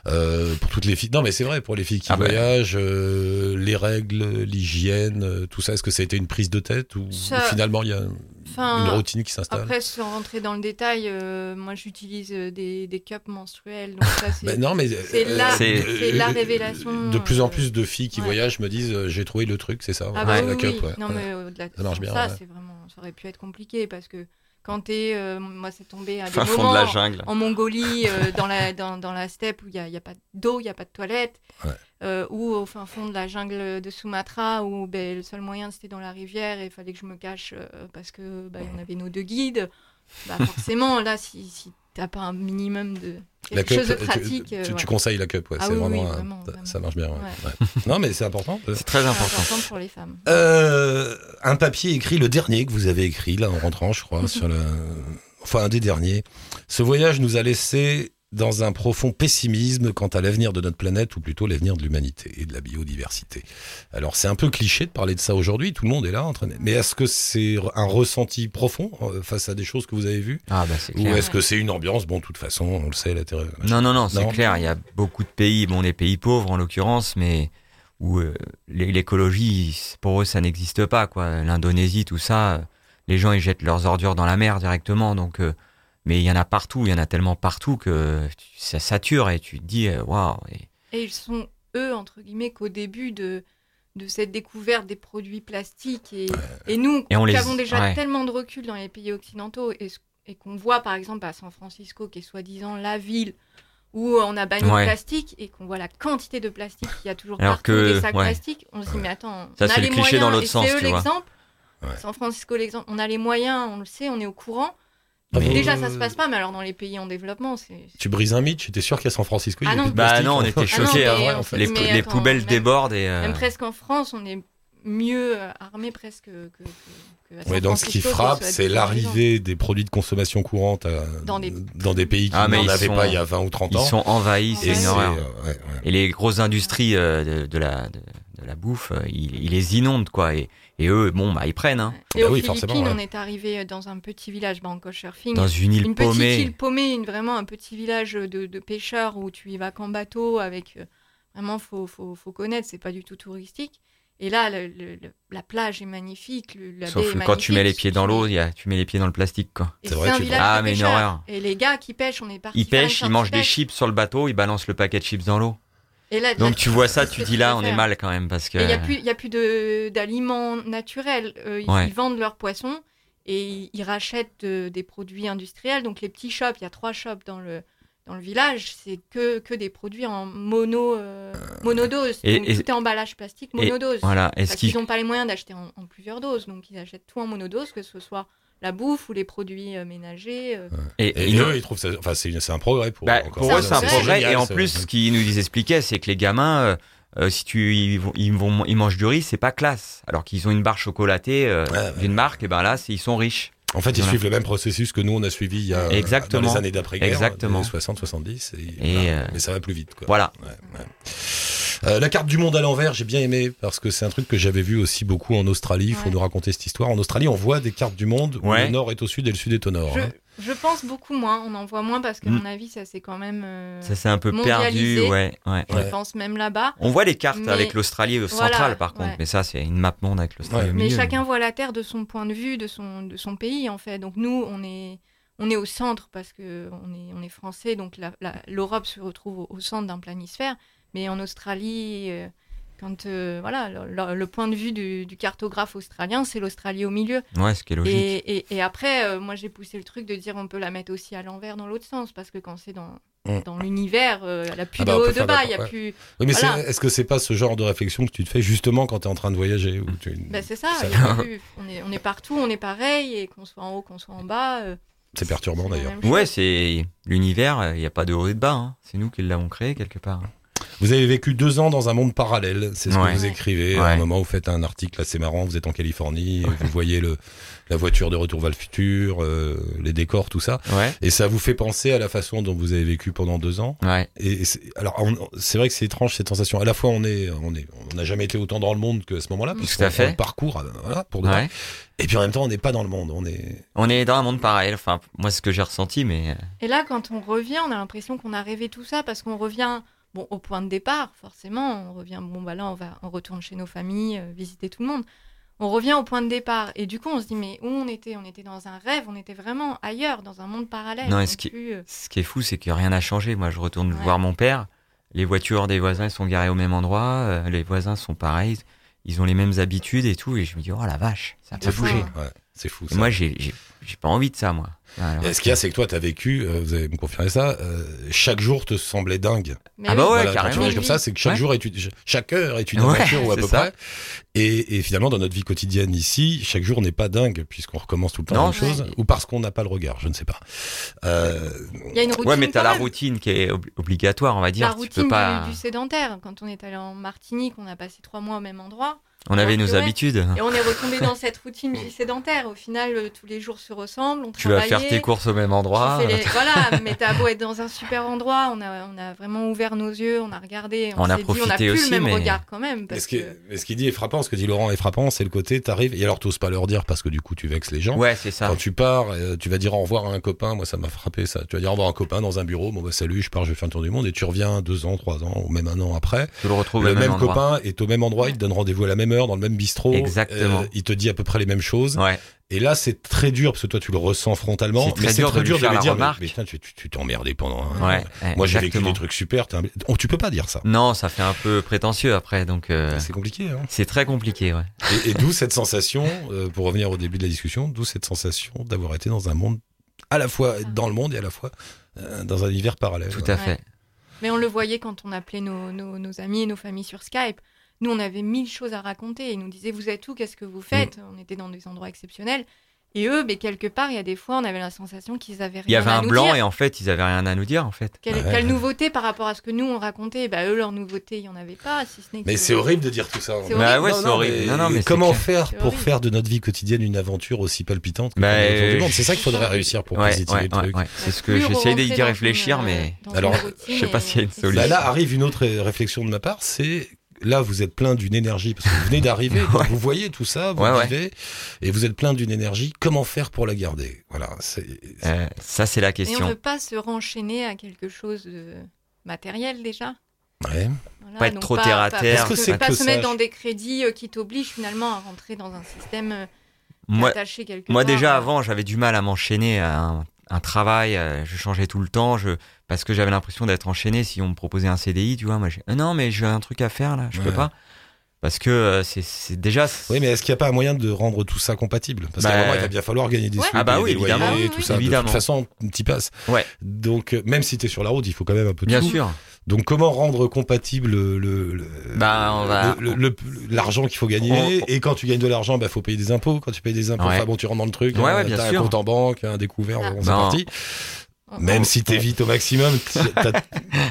S2: Euh, pour toutes les filles. Non, mais c'est vrai, pour les filles qui
S3: Ah bah.
S2: voyagent, euh, les règles, l'hygiène, euh, tout ça, est-ce que ça a été une prise de tête ou
S4: Ça-
S2: finalement il y a
S4: Enfin,
S2: une routine qui s'installe
S4: Après, sans rentrer dans le détail, euh, moi j'utilise euh, des, des cups menstruels. Donc ça, c'est
S2: Bah, non, mais euh,
S4: c'est la-
S3: c'est-
S4: c'est la révélation,
S2: De plus en
S4: euh,
S2: plus de filles qui
S4: ouais.
S2: voyagent me disent euh, j'ai trouvé le truc, c'est ça.
S4: Ah
S2: ouais,
S4: bah
S2: la
S4: oui,
S2: cup,
S4: oui.
S2: ouais.
S4: Non, mais au-delà de
S2: Ça marche bien,
S4: ça,
S2: ouais.
S4: c'est vraiment, ça aurait pu être compliqué parce que quand t'es, euh, moi c'est tombé à des
S3: Fin fond
S4: moments
S3: de la jungle.
S4: en Mongolie, euh, dans la dans, dans la steppe où il y a, il y a pas d'eau, il y a pas de toilette,
S2: Ouais.
S4: euh, ou au fin fond de la jungle de Sumatra où ben, le seul moyen c'était dans la rivière et il fallait que je me cache euh, parce que ben, on avait nos deux guides. Bah, forcément, là, si, si t'as pas un minimum de
S2: La
S4: quelque
S2: cup,
S4: chose de
S2: tu-
S4: pratique,
S2: tu,
S4: euh,
S2: tu
S4: ouais.
S2: conseilles la cup, ouais,
S4: Ah
S2: c'est
S4: oui,
S2: vraiment,
S4: oui,
S2: un-
S4: vraiment,
S2: ça- ça
S4: vraiment.
S2: marche bien. ouais,
S4: Ouais.
S2: ouais. non, mais c'est important. euh.
S3: C'est très
S4: c'est
S3: important.
S4: important pour les femmes.
S2: Euh, un papier écrit, le dernier que vous avez écrit, là, en rentrant, je crois, sur le. Enfin, un des derniers. Ce voyage nous a laissé dans un profond pessimisme quant à l'avenir de notre planète, ou plutôt l'avenir de l'humanité et de la biodiversité. Alors, c'est un peu cliché de parler de ça aujourd'hui, tout le monde est là en train de... Mais est-ce que c'est un ressenti profond euh, face à des choses que vous avez vues
S3: Ah bah c'est
S2: Ou
S3: clair.
S2: est-ce que c'est une ambiance Bon, de toute façon, on le sait, la Terre...
S3: Non, non, non, c'est
S2: Bah, Non.
S3: clair. Il y a beaucoup de pays, bon, des pays pauvres en l'occurrence, mais où euh, l'é- l'écologie, c'est- pour eux, ça n'existe pas, quoi. L'Indonésie, tout ça, euh, les gens, ils jettent leurs ordures dans la mer directement. Donc, euh, mais il y en a partout, il y en a tellement partout que tu- ça sature et tu te dis, euh, waouh. et-
S4: Et ils sont, eux, entre guillemets, qu'au début de, de cette découverte des produits plastiques. Et, et nous,
S3: Et on
S4: qui
S3: les-
S4: avons déjà
S3: ouais.
S4: tellement de recul dans les pays occidentaux et, ce- et qu'on voit, par exemple, à San Francisco, qui est soi-disant la ville où on a banni
S3: Ouais.
S4: le plastique et qu'on voit la quantité de plastique qu'il y a toujours
S3: Alors
S4: partout,
S3: que-
S4: des sacs
S3: ouais.
S4: plastiques, on se dit, mais attends,
S3: Ça,
S4: on a
S3: c'est le
S4: les
S3: cliché
S4: moyens,
S3: dans l'autre
S4: et
S3: sens,
S4: c'est eux
S3: tu vois.
S4: l'exemple.
S2: Ouais.
S4: San Francisco, l'exemple, on a les moyens, on le sait, on est au courant.
S2: Ah bon
S4: Déjà, ça se passe pas, mais alors dans les pays en développement, c'est...
S2: Tu brises un mythe, j'étais sûr qu'à San Francisco, il y
S4: Ah
S2: avait
S4: non.
S2: plus de
S3: Bah
S2: plastique.
S3: non, on était
S2: Ah non,
S3: choqués,
S2: mais
S3: hein.
S2: ouais,
S4: on
S2: en
S4: s'est
S2: fait.
S3: les,
S4: Mais
S3: pou- les
S4: attends,
S3: poubelles
S4: même-
S3: débordent et. euh,
S4: Même presque en France, on est mieux euh, armé presque que. que, que à San
S2: Oui, donc ce qui
S4: Francisco,
S2: frappe,
S4: soit
S2: c'est
S4: différent.
S2: l'arrivée des produits de consommation courante à- dans,
S4: Dans
S2: des...
S4: des-
S2: pays qui
S3: Ah, mais
S2: n'en
S3: ils
S2: avaient
S3: sont-
S2: pas il y a 20 ou 30
S3: ils
S2: ans.
S3: sont envahis,
S4: Et
S3: c'est une
S4: c'est,
S3: horreur.
S2: euh, ouais, ouais.
S3: Et les grosses industries euh, de, de la, de, de la bouffe, euh, ils, ils les inondent, quoi. Et, et eux, bon, bah, ils prennent, hein.
S4: Et
S2: Bah
S4: aux
S2: oui, forcément,
S4: Philippines,
S2: ouais.
S4: on est arrivé dans un petit village, bah, en couchsurfing.
S3: Dans une île
S4: une
S3: paumée.
S4: petite île paumée, une, vraiment un petit village de, de pêcheurs où tu y vas qu'en bateau avec. euh, Vraiment, faut, faut, faut connaître, c'est pas du tout touristique. Et là, le- le- le- la plage est magnifique. le- la baie
S3: Sauf
S4: est
S3: que quand tu mets les
S4: magnifique,
S3: pieds dans l'eau, il y a- tu mets les pieds dans le plastique, quoi.
S4: Et
S2: C'est
S4: c'est
S2: vrai,
S4: un
S2: tu-
S4: village
S3: Ah,
S4: de
S3: mais une
S4: pêcheurs.
S3: horreur.
S4: Et les gars qui pêchent, on est parti.
S3: Ils
S4: faire une
S3: pêchent, ils
S4: sortie
S3: mangent des
S4: pêche.
S3: chips sur le bateau, ils balancent le paquet de chips dans l'eau.
S4: Et là,
S3: Donc tu vois ça, tu
S4: Qu'est-ce
S3: dis
S4: que
S3: là,
S4: tu
S3: on
S4: veux
S3: est
S4: faire
S3: mal quand même parce que.
S4: Et il n'y a plus, il y a plus de- d'aliments naturels. Euh, ils,
S3: Ouais.
S4: ils vendent leurs poissons et ils, ils rachètent de- des produits industriels. Donc les petits shops, il y a trois shops dans le, dans le village, c'est que, que des produits en mono, euh, monodose.
S3: et-
S4: donc
S3: et-
S4: tout est emballage plastique monodose.
S3: Voilà.
S4: Parce
S3: Est-ce
S4: qu'ils
S3: qu'ils
S4: n'ont pas les moyens d'acheter en, en plusieurs doses. Donc ils achètent tout en monodose, que ce soit la bouffe ou les produits euh, ménagers. euh.
S3: et,
S2: Et,
S3: ils nous-
S2: eux, ils trouvent ça. Enfin, c'est une- c'est un progrès pour,
S3: bah,
S2: encore
S3: pour
S2: une fois,
S3: eux, c'est un
S4: c'est
S3: progrès.
S2: génial,
S3: et en
S2: ce-
S3: plus, ce qu'ils nous expliquaient, c'est que les gamins, euh, euh, si tu ils, vont- ils vont, ils mangent du riz, c'est pas classe. Alors qu'ils ont une barre chocolatée euh,
S2: Ouais, ouais.
S3: d'une marque, et ben là, c'est- ils sont riches.
S2: En fait, ils
S3: Voilà.
S2: suivent le même processus que nous, on a suivi il y a,
S3: Exactement.
S2: dans les années d'après-guerre,
S3: Exactement.
S2: les 60, 70. Et,
S3: Et,
S2: voilà.
S3: euh,
S2: Mais ça va plus vite. Quoi.
S3: Voilà.
S2: Ouais, ouais. Euh, la carte du monde à l'envers, j'ai bien aimé parce que c'est un truc que j'avais vu aussi beaucoup en Australie. Il faut
S4: Ouais.
S2: nous raconter cette histoire. En Australie, on voit des cartes du monde où
S3: Ouais.
S2: le nord est au sud et le sud est au nord.
S4: Je,
S2: hein.
S4: je pense beaucoup moins, on en voit moins parce que, à
S3: Euh, Mm.
S4: mon avis, ça c'est quand même. euh,
S3: Ça, c'est un peu perdu.
S4: Mondialisé.
S3: Ouais, ouais.
S4: je
S2: Ouais.
S4: pense même là-bas.
S3: On voit les cartes
S4: Mais-
S3: avec l'Australie euh, centrale,
S4: Voilà,
S3: par contre.
S4: ouais.
S3: Mais ça, c'est une map monde avec l'Australie
S2: Ouais.
S3: au
S4: Mais
S3: milieu.
S4: chacun voit la Terre de son point de vue, de son, de son pays, en fait. Donc nous, on est, on est au centre parce qu'on est, on est français, donc la- la- l'Europe se retrouve au, au centre d'un planisphère. Mais en Australie, euh, Quand euh, voilà, le, le- le point de vue du, du cartographe australien, c'est l'Australie au milieu.
S3: Ouais, ce qui est logique.
S4: Et, et- et après, euh, moi, j'ai poussé le truc de dire on peut la mettre aussi à l'envers dans l'autre sens, parce que quand c'est dans,
S2: Mm.
S4: dans l'univers, euh, elle a plus
S2: Ah bah,
S4: de
S2: on peut
S4: haut, de
S2: faire
S4: bas,
S2: la-
S4: il y a
S2: ouais.
S4: plus.
S2: Oui, mais
S4: Voilà.
S2: c'est- est-ce que c'est pas ce genre de réflexion que tu te fais justement quand tu es en train de voyager ou tu-
S4: Bah, c'est ça,
S2: Mmh. Ça-
S4: il y a plus- on, est, on est partout, on est pareil, et qu'on soit en haut, qu'on soit en bas. euh,
S2: C'est perturbant
S4: la
S2: d'ailleurs.
S4: même chose.
S3: Ouais, c'est l'univers, il n'y a pas de haut et de bas. hein. C'est nous qui l'avons créé quelque part.
S2: Vous avez vécu deux ans dans un monde parallèle, c'est ce
S3: Ouais.
S2: que vous écrivez. À un
S3: Ouais.
S2: moment, vous faites un article assez marrant, vous êtes en Californie, vous voyez le, la voiture de retour vers le futur, euh, les décors, tout ça.
S3: Ouais.
S2: Et ça vous fait penser à la façon dont vous avez vécu pendant deux ans
S3: Ouais.
S2: Et c'est- alors, on- c'est vrai que c'est étrange cette sensation. À la fois, on est, on est, on n'a jamais été autant dans le monde que à ce moment-là,
S4: Tout
S2: puisqu'on
S3: à fait.
S2: on le parcourt, euh, voilà, pour de vrai.
S3: ouais.
S2: Et puis en même temps, on n'est pas dans le monde. On est.
S3: On est dans un monde parallèle. Enfin, moi, c'est ce que j'ai ressenti, mais. euh,
S4: Et là, quand on revient, on a l'impression qu'on a rêvé tout ça parce qu'on revient bon, au point de départ, forcément. On revient, bon, bah là, on, va, on retourne chez nos familles, euh, visiter tout le monde. On revient au point de départ. Et du coup, on se dit, mais où on était On était dans un rêve, on était vraiment ailleurs, dans un monde parallèle.
S3: Non, et
S4: on
S3: ce qui-
S4: plus, euh,
S3: Ce qui est fou, c'est que rien n'a changé. Moi, je retourne
S4: Ouais.
S3: voir mon père. Les voitures des voisins elles sont garées au même endroit. euh, les voisins sont pareils. Ils ont les mêmes habitudes et tout. Et je me dis, oh la vache, ça a
S4: C'est
S3: pas
S4: fou.
S3: bougé.
S2: Ouais, c'est fou.
S3: Et
S2: Ça.
S3: moi, j'ai j'ai- j'ai pas envie de ça, moi. Alors,
S2: Et ce qu'il y a, c'est que toi, t'as vécu. euh, vous allez me confirmer ça. euh, chaque jour te semblait dingue.
S4: mais
S3: Ah bah
S4: oui.
S3: ouais,
S2: quand tu
S3: carrément.
S2: voyages comme ça, c'est que chaque
S3: Ouais.
S2: jour est une- chaque heure est une
S3: Ouais,
S2: aventure ou à
S3: c'est
S2: peu
S3: ça.
S2: près. Et, et finalement, dans notre vie quotidienne ici, chaque jour n'est pas dingue puisqu'on recommence tout le temps
S3: Non,
S2: la même chose,
S3: c'est-
S2: ou parce qu'on n'a pas le regard, je ne sais pas. Euh,
S4: Il y a une routine.
S3: ouais, mais t'as
S4: quand
S3: la
S4: même.
S3: routine qui est ob- obligatoire, on va dire.
S4: La
S3: tu
S4: routine
S3: peux
S4: du-
S3: pas.
S4: du, sédentaire. Quand on est allé en Martinique, on a passé trois mois au même endroit.
S3: On avait
S4: Alors que
S3: nos
S4: ouais.
S3: habitudes.
S4: Et on est retombé dans cette routine du sédentaire. Au final, euh, tous les jours se ressemblent. On
S3: Tu vas
S4: travaillait.
S3: faire tes courses au même
S4: Tu
S3: endroit.
S4: fais les- Voilà, mais t'as beau être dans un super endroit, on a, on a vraiment ouvert nos yeux, on a regardé, on,
S3: On a
S4: s'est dit,
S3: profité
S4: on a plus
S3: aussi,
S4: le même
S3: mais-
S4: regard quand même.
S2: Mais
S4: Parce
S2: ce, qui,
S4: que...
S2: mais ce qu'il dit est frappant, ce que dit Laurent est frappant, c'est le côté, t'arrives, et alors t'oses pas leur dire parce que du coup tu vexes les gens.
S3: Ouais, c'est ça.
S2: Quand tu pars, euh, tu vas dire au revoir à un copain, moi ça m'a frappé ça. Tu vas dire au revoir à un copain dans un bureau, bon bah salut, je pars, je vais faire le tour du monde, et tu reviens deux ans, trois ans, ou même un an après.
S3: Tu le retrouves
S2: le
S3: au
S2: même,
S3: même endroit.
S2: copain est au même endroit, il te donne rendez-vous à la même heure, dans le même bistrot.
S3: Exactement.
S2: Euh, il te dit à peu près les mêmes choses.
S3: Ouais.
S2: Et là, c'est très dur, parce que toi tu le ressens frontalement.
S3: C'est très
S2: mais c'est
S3: dur
S2: très
S3: de lui
S2: dur de
S3: faire
S2: lui
S3: la
S2: dire, mais,
S3: remarque.
S2: mais putain, tu tu- tu t'es emmerdé pendant un
S3: Ouais.
S2: an.
S3: ouais,
S2: Moi j'ai vécu
S3: exactement.
S2: des trucs super, t'es un- oh, tu peux pas dire ça.
S3: Non, ça fait un peu prétentieux après, donc euh,
S2: C'est compliqué, hein.
S3: c'est très compliqué. Ouais.
S2: Et, et d'où cette sensation, euh, pour revenir au début de la discussion, d'où cette sensation d'avoir été dans un monde, à la fois être dans le monde et à la fois euh, dans un univers parallèle.
S3: Tout à
S4: Ouais.
S3: fait.
S4: Mais on le voyait quand on appelait nos, nos- nos amis et nos familles sur Skype. Nous, on avait mille choses à raconter. Ils nous disaient, vous êtes où Qu'est-ce que vous faites
S3: Mm.
S4: On était dans des endroits exceptionnels. Et eux, mais quelque part, il y a des fois, on avait la sensation qu'ils avaient rien
S3: Il y avait
S4: à
S3: un
S4: nous
S3: blanc
S4: dire.
S3: et en fait, ils avaient rien à nous dire en fait.
S4: Quelle,
S2: Ouais.
S4: quelle nouveauté par rapport à ce que nous, on racontait bah, Eux, leur nouveauté, il n'y en avait pas, si ce n'est
S2: Mais
S4: que-
S2: c'est horrible de dire tout ça. hein.
S4: C'est
S3: Bah
S4: horrible.
S3: ouais, c'est horrible. Non, non, mais c'est
S2: comment
S3: clair.
S2: faire
S4: C'est
S2: pour
S4: horrible.
S2: faire de notre vie quotidienne une aventure aussi palpitante que
S3: Bah,
S2: faire le tour du
S3: euh,
S2: monde C'est ça qu'il faudrait réussir pour
S3: Ouais,
S2: positiver
S3: ouais,
S2: le
S3: ouais,
S2: truc.
S3: ouais. C'est ce que
S4: Plus
S3: j'essayais
S4: rentrer
S3: d'y
S4: dans
S3: réfléchir,
S4: une, euh,
S3: mais
S4: dans une
S2: Alors,
S4: routine
S3: je sais pas
S4: et-
S3: s'il y a une
S4: et c'est
S3: solution.
S2: Bah,
S3: Police.
S2: là arrive une autre réflexion de ma part, c'est là vous êtes plein d'une énergie parce que vous venez d'arriver, donc vous voyez tout ça, vous
S3: Ouais, ouais.
S2: vivez et vous êtes plein d'une énergie. Comment faire pour la garder Voilà, c'est
S3: euh, ça c'est la
S4: Et on ne
S3: question.
S4: peut pas se renchaîner à quelque chose de matériel déjà.
S2: ouais.
S4: Voilà,
S3: Pas être
S4: donc
S3: trop terre à terre.
S4: parce
S2: Est-ce que
S4: que
S2: c'est
S4: pas
S2: que
S4: se
S2: ça
S4: mettre dans des crédits euh, qui t'obligent finalement à rentrer dans un système euh,
S3: Moi,
S4: attaché quelque
S3: moi
S4: part.
S3: déjà avant, j'avais du mal à m'enchaîner à un, un travail. euh, Je changeais tout le temps, je parce que j'avais l'impression d'être enchaîné. Si on me proposait un CDI, tu vois, moi j'ai euh, non mais j'ai un truc à faire là, je
S2: Ouais.
S3: peux pas. Parce que euh, c'est- c'est déjà.
S2: Oui, mais est-ce qu'il n'y a pas un moyen de rendre tout ça compatible Parce qu'à
S3: Bah,
S2: un moment, il va bien falloir gagner des
S4: Ouais.
S2: sous,
S3: Ah bah
S2: payer
S3: oui,
S2: des loyers,
S3: évidemment.
S4: Ah oui,
S2: tout
S4: oui.
S2: ça. De
S3: Évidemment.
S2: toute façon, t'y passes.
S3: Ouais.
S2: Donc, euh, même si t'es sur la route, il faut quand même un peu de
S3: Bien
S2: sous.
S3: sûr.
S2: Donc, comment rendre compatible le, le- le-
S3: Bah, on va-
S2: le- le- le- l'argent qu'il faut gagner
S3: On-
S2: Et quand tu gagnes de l'argent, bah, faut payer des impôts. Quand tu payes des impôts,
S3: Ouais.
S2: enfin bon, tu rentres dans le truc.
S3: Ouais,
S2: hein,
S3: ouais, bien
S2: t'as
S3: sûr.
S2: un compte en banque, un découvert,
S4: Ah.
S2: bon, c'est
S3: Non.
S2: parti.
S4: On-
S2: Même
S4: euh, on-
S2: si t'évites au maximum, t'as- t'as-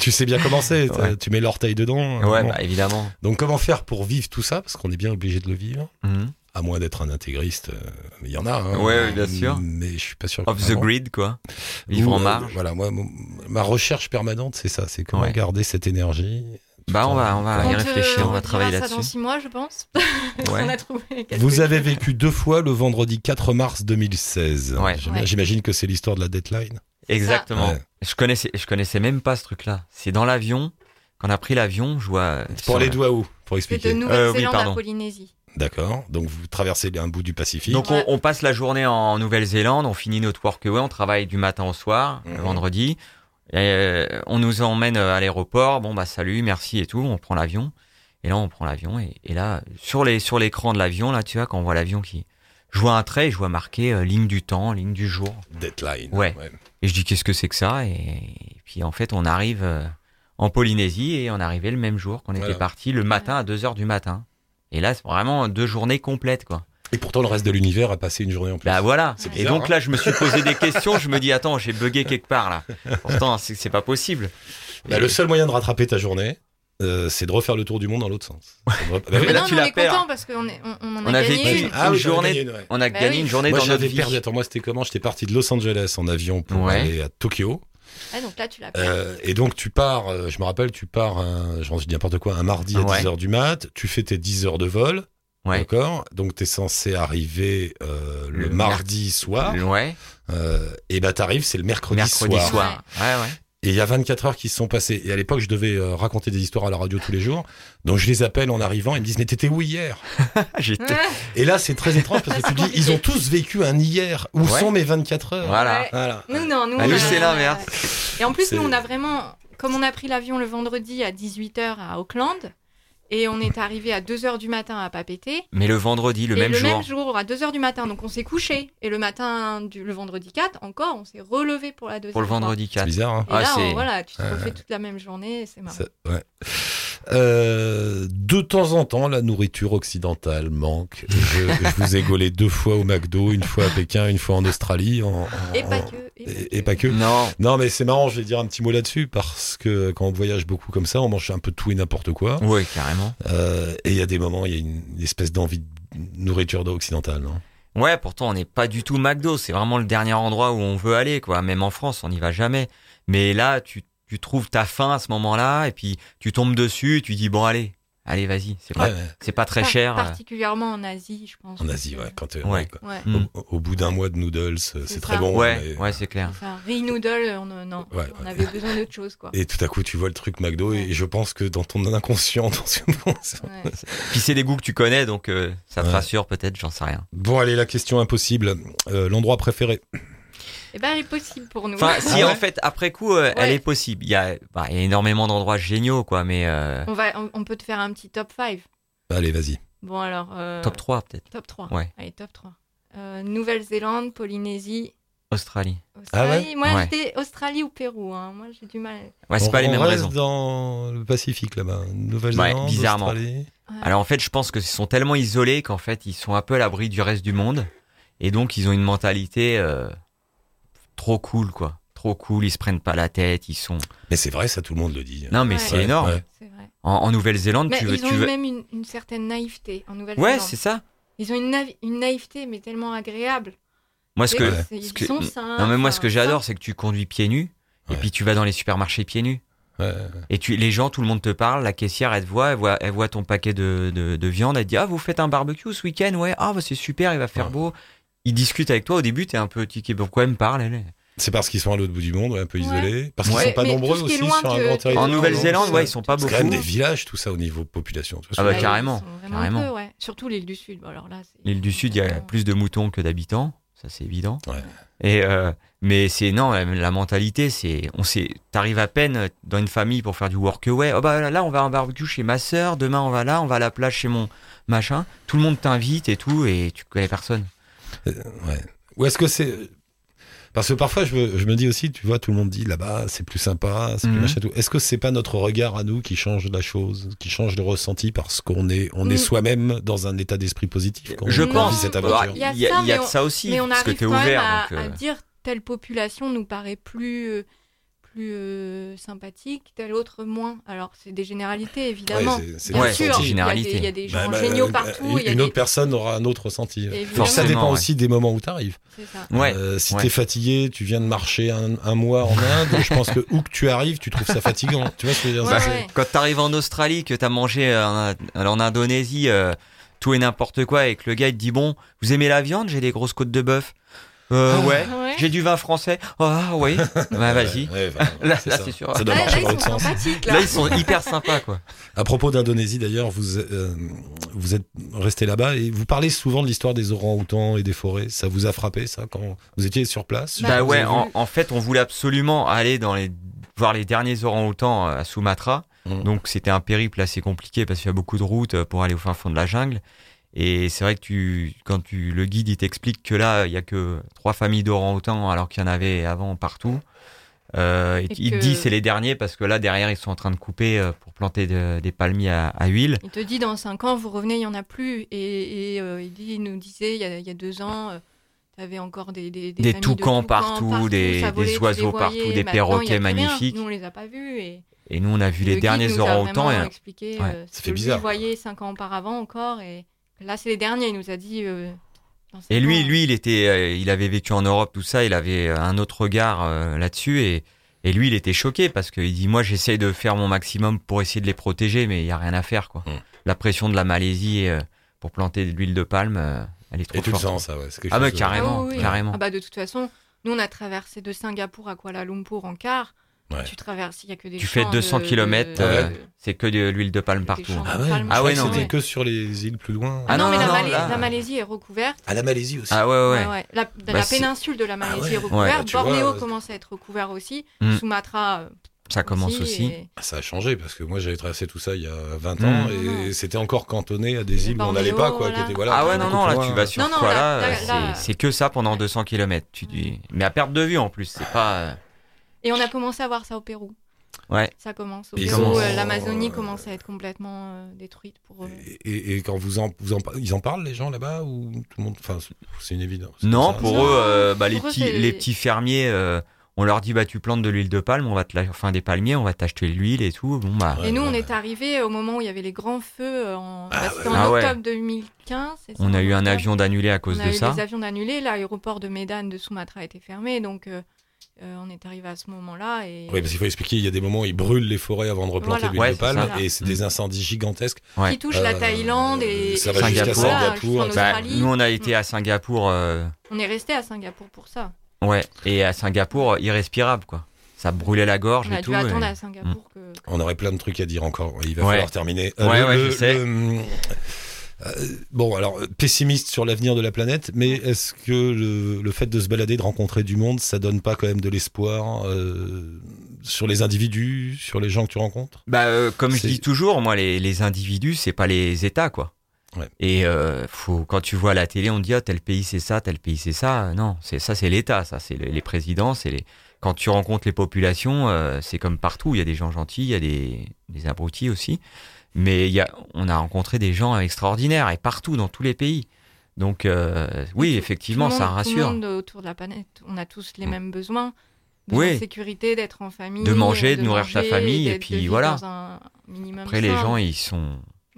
S2: tu sais bien comment c'est. t'as-
S3: Ouais.
S2: Tu mets l'orteil dedans. hein,
S3: Ouais,
S2: Bon.
S3: bah, évidemment.
S2: Donc, comment faire pour vivre tout ça Parce qu'on est bien obligé de le vivre
S3: Mhm.
S2: à moins d'être un intégriste, euh, il y en a. hein.
S3: Ouais, Bah, ouais, bien sûr.
S2: Mais je suis pas sûr.
S3: Off the
S2: vraiment.
S3: grid quoi. Vivre
S2: Ou,
S3: en
S2: euh,
S3: marge.
S2: Voilà, moi, mon- ma recherche permanente, c'est ça, c'est comment
S3: Ouais.
S2: garder cette énergie.
S3: Bah on va on va
S4: euh, on
S3: y
S4: te-
S3: réfléchir, on va
S4: dira
S3: travailler
S4: ça dans
S3: là-dessus.
S4: six mois, je pense.
S3: Ouais.
S4: on a trouvé. quelque
S2: Vous
S4: chose.
S2: avez vécu deux fois le vendredi 4 mars 2016.
S3: Ouais.
S2: J'im-
S4: Ouais.
S2: J'imagine que c'est l'histoire de la deadline.
S3: Exactement.
S2: Ouais.
S3: Je connaissais, je connaissais même pas ce truc-là. C'est dans l'avion. Quand on a pris l'avion, je vois. euh, sur
S2: Pour les
S3: la-
S2: doigts où Pour
S4: C'est de
S2: expliquer.
S3: Euh, oui,
S4: Nouvelle-Zélande à
S3: pardon.
S4: Polynésie.
S2: D'accord. Donc vous traversez un bout du Pacifique.
S3: Donc on,
S4: Ouais.
S3: on passe la journée en Nouvelle-Zélande, on finit notre workaway, on travaille du matin au soir,
S2: Mhm.
S3: le vendredi. euh, Et, euh, on nous emmène à l'aéroport. Bon bah salut, merci et tout. On prend l'avion. Et là, on prend l'avion et, et là, sur les sur l'écran de l'avion, là, tu vois, quand on voit l'avion qui, je vois un trait, et je vois marqué euh, ligne du temps, ligne du jour.
S2: Deadline.
S3: Ouais. Et je dis qu'est-ce que c'est que ça et, et puis en fait, on arrive euh, en Polynésie et on arrivait le même jour qu'on
S2: Voilà.
S3: était parti le matin à 2 heures du matin. Et là, c'est vraiment deux journées complètes quoi.
S2: Et pourtant, le reste de l'univers a passé une journée en plus.
S3: Bah voilà.
S2: C'est
S3: Et
S2: bizarre, hein.
S3: donc là, je me suis posé des questions. Je me dis, attends, j'ai bugué quelque part là. Pourtant, c'est c'est pas possible.
S2: Bah,
S3: Et-
S2: le seul moyen de rattraper ta journée, euh, c'est de refaire le tour du monde dans l'autre sens. C'est de re- Bah oui.
S3: Mais là,
S4: non,
S3: tu
S4: mais on
S3: la
S4: est
S3: perds.
S4: content parce qu'on est- on, on en a,
S3: On a
S2: Ouais,
S3: vécu
S4: gagné
S2: j'ai-
S4: une.
S2: ah, oui, j'en ai
S3: journée-
S2: gagné une, ouais.
S3: On a
S4: Bah
S3: gagné
S4: oui.
S3: une journée
S2: Moi,
S3: dans notre
S2: j'avais
S3: vie.
S2: perdu. Attends, moi, c'était comment J'étais parti de Los Angeles en avion pour
S3: Ouais.
S2: aller à Tokyo.
S4: Ah, donc là, tu la perds.
S2: Euh, et donc, tu pars, euh, je me rappelle, tu pars, un, genre, je dis n'importe quoi, un mardi à
S3: Ouais.
S2: 10h du mat. Tu fais tes 10 heures de vol.
S3: Ouais.
S2: D'accord Donc, tu es censé arriver euh, le,
S3: Le
S2: mardi soir.
S3: Ouais.
S2: Euh, et bah, t'arrives, c'est le mercredi,
S3: Mercredi
S2: soir.
S3: soir. Ouais, ouais.
S2: Et il y a 24 heures qui se sont passées. Et à l'époque, je devais euh, raconter des histoires à la radio tous les jours. Donc, je les appelle en arrivant. Ils me disent, mais t'étais où hier
S3: Ah, J'étais.
S4: Ouais.
S2: Et là, c'est très étrange parce que
S4: Ah,
S2: tu
S4: c'est
S2: te dis, ils ont tous vécu un hier. Où
S3: Ouais.
S2: sont mes 24 heures
S3: Voilà.
S4: Ouais.
S2: Voilà.
S4: Nous, non, nous,
S3: Ah,
S4: on
S3: nous,
S4: a-
S3: c'est
S4: on a-
S3: l'inverse.
S4: Et en plus,
S2: C'est-
S4: nous, on a vraiment. Comme on a pris l'avion le vendredi à 18h à Auckland, et on est arrivé à 2h du matin à Papété,
S3: Mais le vendredi, le
S4: et
S3: même
S4: le
S3: jour.
S4: même jour, à 2h du matin, donc on s'est couché. Et le matin, du, le vendredi 4, encore, on s'est relevé pour la deuxième
S3: Pour le
S4: fois.
S3: vendredi
S2: C'est
S3: 4.
S2: bizarre, hein
S4: Et
S3: Ah,
S4: là, on-
S3: c'est-
S4: voilà, tu te refais toute la même journée, et c'est marrant.
S2: Ça- ouais. Euh, de temps en temps, la nourriture occidentale manque. Je, je vous ai gaulé deux fois au McDo, une fois à Pékin, une fois en Australie. En, en-
S4: Et pas
S2: en-
S4: que.
S2: Et, et pas que.
S3: Non.
S2: Non, mais c'est marrant, je vais dire un petit mot là-dessus, parce que quand on voyage beaucoup comme ça, on mange un peu tout et n'importe quoi.
S3: Ouais, carrément.
S2: Euh, et il y a des moments, il y a une, une espèce d'envie de nourriture occidentale, non
S3: Ouais, pourtant on n'est pas du tout McDo, c'est vraiment le dernier endroit où on veut aller, quoi. Même en France, on n'y va jamais. Mais là, tu, tu trouves ta faim à ce moment-là, et puis tu tombes dessus, tu dis bon allez, allez vas-y, c'est pas,
S2: Ouais, ouais.
S3: c'est pas très
S4: Par-
S3: cher. euh,
S4: Particulièrement en Asie, je pense.
S2: En Asie, ouais. Quand, euh,
S3: Ouais.
S2: ouais, quoi.
S4: Ouais.
S3: Mm.
S2: Au, au bout d'un mois de noodles, euh, c'est
S4: C'est
S2: très
S4: ça.
S2: bon.
S3: ouais,
S2: mais- euh,
S3: ouais, c'est clair.
S4: Enfin, riz noodle, on, euh, non,
S2: Ouais,
S4: on
S2: ouais.
S4: avait besoin d'autre chose, quoi.
S2: Et tout à coup, tu vois le truc McDo, et je pense que dans ton inconscient, dans ce moment, ça-
S4: Ouais.
S3: Puis c'est des goûts que tu connais, donc euh, ça te
S2: Ouais.
S3: rassure peut-être, j'en sais rien.
S2: Bon, allez, la question impossible. Euh, L'endroit préféré.
S4: Eh ben, elle est possible pour nous.
S3: Enfin, si
S2: Ah ouais
S3: en fait, après coup, euh, elle est possible. Il y a, bah, il y a énormément d'endroits géniaux, quoi, mais euh,
S4: on, va, on, on peut te faire un petit top 5.
S2: Allez, vas-y.
S4: Bon, alors. euh,
S3: top 3 peut-être.
S4: Top 3.
S3: Ouais.
S4: Allez, top 3. Euh, Nouvelle-Zélande, Polynésie,
S3: Australie.
S4: Australie. Moi,
S3: Ah Ouais.
S4: j'étais Australie ou Pérou. hein. Moi, j'ai du mal.
S3: Ouais, Ah, c'est
S2: On-
S3: pas les
S2: on
S3: mêmes
S2: reste
S3: raisons.
S2: dans le Pacifique, là-bas. Nouvelle-Zélande,
S3: Ouais, bizarrement.
S2: Australie.
S3: Alors en fait, je pense que ils sont tellement isolés qu'en fait, ils sont un peu à l'abri du reste du monde. Et donc, ils ont une mentalité euh, trop cool, quoi. Trop cool, ils se prennent pas la tête, ils sont...
S2: Mais c'est vrai, ça, tout le monde le dit.
S3: Non, mais
S4: Ouais.
S3: c'est
S2: Ouais,
S3: énorme.
S2: ouais.
S4: C'est vrai.
S3: En, en Nouvelle-Zélande,
S4: Mais
S3: tu veux...
S4: ils ont
S3: tu veux...
S4: même une, une certaine naïveté en
S3: Ouais,
S4: Nouvelle-Zélande.
S3: c'est ça.
S4: ils ont une, naï- une naïveté, mais tellement agréable.
S3: Moi, ce
S4: Tu
S3: que...
S4: sais, c'est-
S3: ce
S4: Ils
S3: que-
S4: sont simples.
S3: Non, mais moi, ce que
S4: enfin,
S3: j'adore, c'est que tu conduis pieds nus, et
S2: Ouais.
S3: puis tu vas dans les supermarchés pieds nus.
S2: Ouais.
S3: Et tu, les gens, tout le monde te parle, la caissière, elle te voit, elle voit, elle voit ton paquet de, de, de viande, elle te dit Ah, vous faites un barbecue ce week-end Ouais, ah, bah, c'est super, il va faire
S2: Ouais.
S3: beau. Ils discutent avec toi, au début, t'es un peu tiqué, pourquoi elle me parle elle
S2: C'est parce qu'ils sont à l'autre bout du monde, ouais, un peu
S4: Ouais.
S2: isolés. Parce qu'ils
S3: Ouais.
S2: sont pas
S4: Mais
S2: nombreux
S4: tout ce qui
S2: aussi
S4: est loin
S2: sur un
S4: de-
S2: grand
S4: de-
S2: territoire.
S3: En Nouvelle-Zélande, ouais, ils sont pas
S2: C'est
S3: beaucoup.
S2: quand même des villages, tout ça, au niveau population. tu vois.
S3: Ah bah,
S4: ouais,
S3: carrément,
S4: ils sont vraiment
S3: carrément.
S4: peu, ouais. Surtout l'île du Sud. Bon, alors là, c'est-
S3: L'île du Sud, il y a
S4: vraiment-
S3: plus de moutons que d'habitants, ça c'est évident.
S2: Ouais.
S3: Et euh, mais c'est non, la, la mentalité, c'est on sait, t'arrives à peine dans une famille pour faire du workaway. Oh bah là, on va à un barbecue chez ma sœur, demain on va là, on va à la plage chez mon machin. Tout le monde t'invite et tout, et tu connais personne.
S2: Ouais. Ou est-ce que c'est. Parce que parfois, je, me- je me dis aussi, tu vois, tout le monde dit là-bas, c'est plus sympa, c'est plus
S3: Mhm.
S2: machin tout. Est-ce que c'est pas notre regard à nous qui change la chose, qui change le ressenti parce qu'on est, on est
S4: Mm.
S2: soi-même dans un état d'esprit positif quand
S3: Je
S2: on
S3: pense.
S2: vit cette
S3: Bah,
S2: aventure
S3: Il y
S4: Il y
S3: a,
S4: a
S3: il y a
S4: ça, mais
S3: de
S4: on-
S3: ça aussi,
S4: Mais on
S3: parce que
S4: arrive
S3: t'es
S4: quand même
S3: ouvert.
S4: à,
S3: donc, euh,
S4: à dire telle population nous paraît plus, euh, plus euh, sympathique, telle autre moins. Alors, c'est des généralités, évidemment.
S2: Ouais, c'est- c'est
S4: Bien
S3: Ouais,
S4: sûr,
S2: ressenti.
S3: c'est une généralité.
S4: Il y a des, il y a des gens
S2: Bah, bah,
S4: géniaux
S2: euh,
S4: partout.
S2: Une,
S4: il y a
S2: une
S4: des-
S2: autre personne aura un autre ressenti.
S4: Évidemment.
S2: Puis ça dépend
S3: Forcément,
S2: aussi des moments où tu arrives.
S4: c'est ça.
S3: Ouais.
S2: si
S3: ouais.
S2: t'es fatigué, tu viens de marcher un, un mois en Inde, je pense que où que tu arrives, tu trouves ça fatigant. Tu vois ce que je veux dire
S4: Ouais,
S2: C'est-
S4: ouais.
S3: Quand t'arrives en Australie, que t'as mangé euh, en, en Indonésie euh, tout et n'importe quoi, et que le gars il te dit bon, vous aimez la viande J'ai des grosses côtes de bœuf. Euh,
S2: Ah.
S3: ouais.
S4: Ouais.
S3: J'ai du vin français. Ah oui. bah vas-y.
S2: Ouais, ouais, bah,
S3: Là- là,
S2: ça.
S3: c'est sûr.
S2: Ça
S4: Ah,
S2: doit
S4: là,
S2: marcher
S4: ils
S2: dans
S4: sont
S2: l'autre sens.
S4: sympathiques. Là.
S3: Là ils sont hyper sympas quoi.
S2: À propos d'Indonésie, d'ailleurs, vous, euh, vous êtes resté là-bas et vous parlez souvent de l'histoire des orangs-outans et des forêts. Ça vous a frappé, ça, quand vous étiez sur place
S4: Bah,
S3: Bah
S2: Vous
S3: ouais.
S2: avez-
S4: avez
S3: En,
S4: vu
S3: en fait, on voulait absolument aller dans les voir les derniers orangs-outans euh, à Sumatra.
S2: Mm.
S3: Donc c'était un périple assez compliqué parce qu'il y a beaucoup de routes euh, pour aller au fin fond de la jungle. Et c'est vrai que tu, quand tu, le guide il t'explique que là, il n'y a que trois familles d'orang-outans alors qu'il y en avait avant partout. Euh, il- il te
S4: que-
S3: dit c'est les derniers parce que là derrière ils sont en train de couper euh, pour planter de- des palmiers à, à huile.
S4: Il te dit dans 5 ans, vous revenez, il n'y en a plus. Et, et, euh, il, dit, il nous disait, il y a, il y a deux ans, tu avais encore des, des,
S3: Des
S4: familles de
S3: toucans partout, des-
S4: ça
S3: des
S4: volait, tu les
S3: oiseaux
S4: voyais.
S3: partout, des
S4: Maintenant, il y a
S3: perroquets
S4: plus rien.
S3: magnifiques.
S4: Nous, on les a pas vus. Et
S3: Et nous on a vu les
S4: le guide
S3: derniers
S4: nous a
S3: orang-outans.
S4: vraiment
S3: et-
S4: expliqué
S3: Ouais.
S4: euh,
S2: Ça fait
S4: ce que lui
S2: bizarre.
S4: voyait 5 ans auparavant encore. Et là, c'est les derniers, il nous a dit. euh, dans cinq
S3: Et lui,
S4: ans.
S3: lui, il était, euh, il avait vécu en Europe, tout ça, il avait euh, un autre regard euh, là-dessus et, et lui, il était choqué parce qu'il dit, moi, j'essaye de faire mon maximum pour essayer de les protéger, mais il y a rien à faire, quoi.
S2: Mm.
S3: La pression de la Malaisie euh, pour planter de l'huile de palme, euh, elle est trop
S2: Et tu le
S3: forte.
S2: sens, ça, ouais. c'est quelque
S3: ah bah
S2: chose de-
S3: carrément,
S4: Ah oui, oui.
S3: carrément.
S4: Ah bah de toute façon, nous on a traversé de Singapour à Kuala Lumpur en car.
S2: Ouais.
S4: Tu traverses, il y a que des
S3: Tu fais
S4: champs
S3: 200
S4: de-
S3: kilomètres,
S4: de-
S2: euh,
S4: de-
S3: C'est que de l'huile de palme
S4: des
S3: partout.
S4: champs de
S2: Ah ouais,
S4: palme.
S3: Ah ouais,
S2: Je crois que
S3: non,
S2: C'était que
S3: ouais.
S2: sur les îles plus loin.
S3: Ah
S4: non, mais la,
S3: non,
S4: Malaisie,
S3: là-
S4: la Malaisie est recouverte.
S2: À la Malaisie aussi.
S3: Ah ouais, ouais.
S4: Ouais, ouais. La, la
S3: Bah, c'est-
S4: péninsule de la Malaisie
S2: ouais.
S4: est
S2: Ouais,
S4: recouverte.
S2: tu vois,
S4: Bornéo
S2: euh,
S4: commence à être recouvert aussi.
S3: Hmm.
S4: Sumatra euh,
S3: ça commence aussi.
S4: et-
S2: Ah, Ça a changé parce que moi j'avais tracé tout ça il y a 20
S3: Mm.
S2: ans
S4: Non,
S2: et
S4: non.
S2: c'était encore cantonné à des
S4: Et
S2: îles où on
S4: Bornéo,
S2: n'allait pas quoi.
S4: voilà.
S2: qui étaient, voilà,
S3: ah ouais,
S2: beaucoup
S3: non, non,
S2: plus
S3: là,
S2: loin.
S3: tu vas sur
S4: Non, non,
S3: quoi,
S4: là,
S3: là,
S4: là,
S3: c'est-
S4: là-
S3: c'est que ça pendant 200 km. Tu dis... Mais à perte de vue, en plus, c'est pas... euh,
S4: Et on a commencé à voir ça au Pérou.
S3: Ouais.
S4: Ça commence. Au
S2: Ils
S4: Pérou,
S3: commencent-
S4: euh, l'Amazonie commence à être complètement euh, détruite pour. euh,
S2: Et, et- et quand vous en, vous en par- ils en parlent les gens là-bas ou tout le monde, enfin c'est- c'est une évidence.
S3: Non,
S2: Ça,
S3: pour
S4: Non,
S3: eux, euh, bah, les,
S4: pour eux,
S3: petits,
S4: c'est-
S3: les petits fermiers, euh, on leur dit bah tu plantes de l'huile de palme, on va te la... enfin des palmiers, on va t'acheter de l'huile et tout. Bon bah,
S2: Ouais,
S4: et nous,
S2: ouais,
S4: on
S2: ouais.
S4: est arrivés au moment où il y avait les grands feux. euh, En...
S2: Ah
S4: bah, C'était
S2: ouais.
S4: en
S3: Ah ouais.
S4: octobre 2015. c'est ça,
S3: on a
S4: en
S3: eu un
S4: octobre.
S3: avion d'annulé à cause
S4: on a
S3: de
S4: eu
S3: ça.
S4: les avions annulés. L'aéroport de Médane de Sumatra a été fermé. Donc, euh, euh, on est arrivé à ce moment-là. Et...
S2: Oui, parce qu'il faut expliquer, il y a des moments où ils brûlent les forêts avant de replanter
S4: Voilà.
S2: l'huile
S3: Ouais,
S2: de
S3: c'est
S2: palme
S4: ça.
S2: et c'est des incendies gigantesques.
S3: Ouais.
S4: qui touche
S2: Euh,
S4: la Thaïlande et
S2: ça
S4: et
S2: va
S3: jusqu'à
S4: voilà,
S2: Singapour,
S4: jusqu'en
S3: Bah,
S4: Australie.
S3: nous on a été à Singapour, euh,
S4: On est resté à Singapour pour ça.
S3: ouais, et à Singapour euh, irrespirable quoi. Ça brûlait la gorge
S4: On a
S3: et tout. Mm.
S4: dû attendre
S3: et-
S4: à Singapour que.
S2: On aurait plein de trucs à dire encore. Il va
S3: Ouais.
S2: falloir terminer. Euh,
S3: Ouais, ouais, je sais.
S2: hum, euh, bon, alors, euh, pessimiste sur l'avenir de la planète, mais est-ce que le, le fait de se balader, de rencontrer du monde, ça donne pas quand même de l'espoir euh, sur les individus, sur les gens que tu rencontres
S3: Bah euh, comme je
S2: C'est-
S3: dis toujours, moi les, les individus c'est pas les États quoi.
S2: Ouais.
S3: Et euh, faut, quand tu vois à la télé, on dit ah, tel pays c'est ça, tel pays c'est ça. Non, c'est ça c'est l'État, ça c'est les, les présidents, c'est les. Quand tu rencontres les populations, euh, c'est comme partout. Il y a des gens gentils, il y a des, des abrutis aussi, mais il y a, on a rencontré des gens extraordinaires et partout dans tous les pays. Donc euh, oui, effectivement,
S4: tout le
S3: ça
S4: monde-
S3: rassure.
S4: Tout le monde autour de la planète, on a tous les
S3: Mm.
S4: mêmes besoins.
S3: Oui.
S4: Besoin de sécurité, d'être en famille.
S3: De manger, de nourrir
S4: manger,
S3: sa famille, et
S4: d'être-
S3: puis
S4: de vivre
S3: voilà.
S4: dans un minimum
S3: Après, les
S4: sain,
S3: gens ils sont,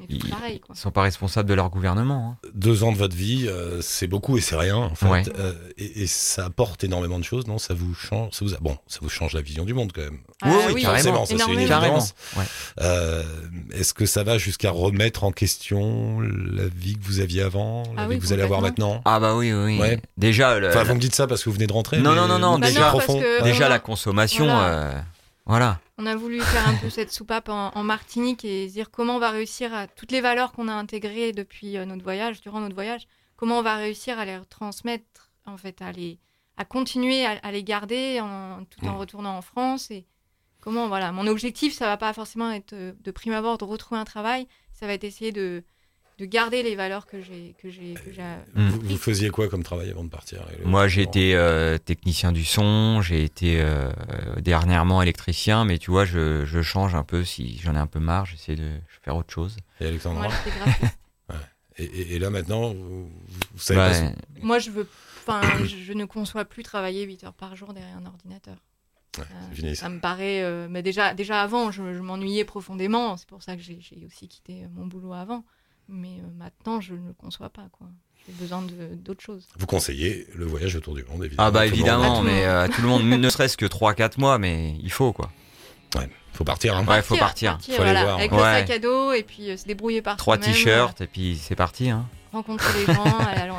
S4: et tout
S3: ils,
S4: pareil, quoi.
S3: ils sont pas responsables de leur gouvernement. hein.
S2: Deux ans de votre vie, euh, c'est beaucoup et c'est rien, en fait.
S3: Ouais.
S2: Euh, et, et ça apporte énormément de choses, non Ça vous change ça vous, a- Bon, ça vous change la vision du monde quand même.
S4: Ah
S3: oui,
S4: oui,
S2: forcément, ça, c'est une
S4: énormément.
S3: Carrément.
S2: évidence.
S3: Ouais.
S2: Euh, Est-ce que ça va jusqu'à remettre en question la vie que vous aviez avant, la
S4: Ah
S2: vie
S4: oui,
S2: que vous allez avoir maintenant
S3: Ah bah oui, oui. oui.
S2: Ouais.
S3: Déjà, le-
S2: Enfin, vous me dites ça parce que vous venez de rentrer.
S3: Non,
S2: mais-
S3: non, non, non,
S2: mais
S3: déjà-
S2: c'est profond.
S4: Parce que-
S2: Ouais.
S3: déjà
S4: on a-
S3: la consommation,
S4: voilà.
S3: euh, voilà.
S4: On a voulu faire un peu cette soupape en, en Martinique et se dire comment on va réussir à toutes les valeurs qu'on a intégrées depuis euh, notre voyage, durant notre voyage, comment on va réussir à les transmettre, en fait, à les, à continuer à, à les garder en, tout en
S2: Mm.
S4: retournant en France et comment, voilà. Mon objectif, ça va pas forcément être euh, de prime abord de retrouver un travail, ça va être essayer de, de garder les valeurs que j'ai, que j'ai, que j'ai. euh,
S3: Mm.
S2: Vous, vous faisiez quoi comme travail avant de partir Hello
S3: Moi, j'ai été euh, technicien du son, j'ai été euh, dernièrement électricien, mais tu vois, je, je change un peu si j'en ai un peu marre, j'essaie de faire autre chose.
S2: Et Alexandra
S4: Moi, j'étais graphiste.
S2: et, et- et là maintenant, vous, vous savez
S3: Bah,
S2: pas ce-
S4: Moi, je veux, enfin, je, je ne conçois plus travailler 8 heures par jour derrière un ordinateur. Euh,
S2: c'est fini, ça.
S4: Ça me paraît. euh, mais déjà, déjà avant, je, je m'ennuyais profondément. C'est pour ça que j'ai j'ai aussi quitté euh, mon boulot avant. Mais euh, maintenant, je ne le conçois pas. quoi. J'ai besoin de- d'autre chose.
S2: Vous conseillez le voyage autour du monde, évidemment.
S3: ah bah
S2: Tout le monde-
S4: À
S3: évidemment,
S4: tout le
S3: mais
S4: monde.
S3: euh, à tout le monde, ne serait-ce que 3-4 mois, mais il faut quoi.
S2: Faut partir. Hein.
S3: Ouais, faut partir.
S2: Faut aller
S4: voilà,
S2: voir.
S4: Avec
S3: Ouais.
S4: le sac à dos et puis euh, se débrouiller par
S3: Trois
S4: soi-même. euh,
S3: t-shirts et puis c'est parti. Hein.
S4: rencontrer les gens. aller à-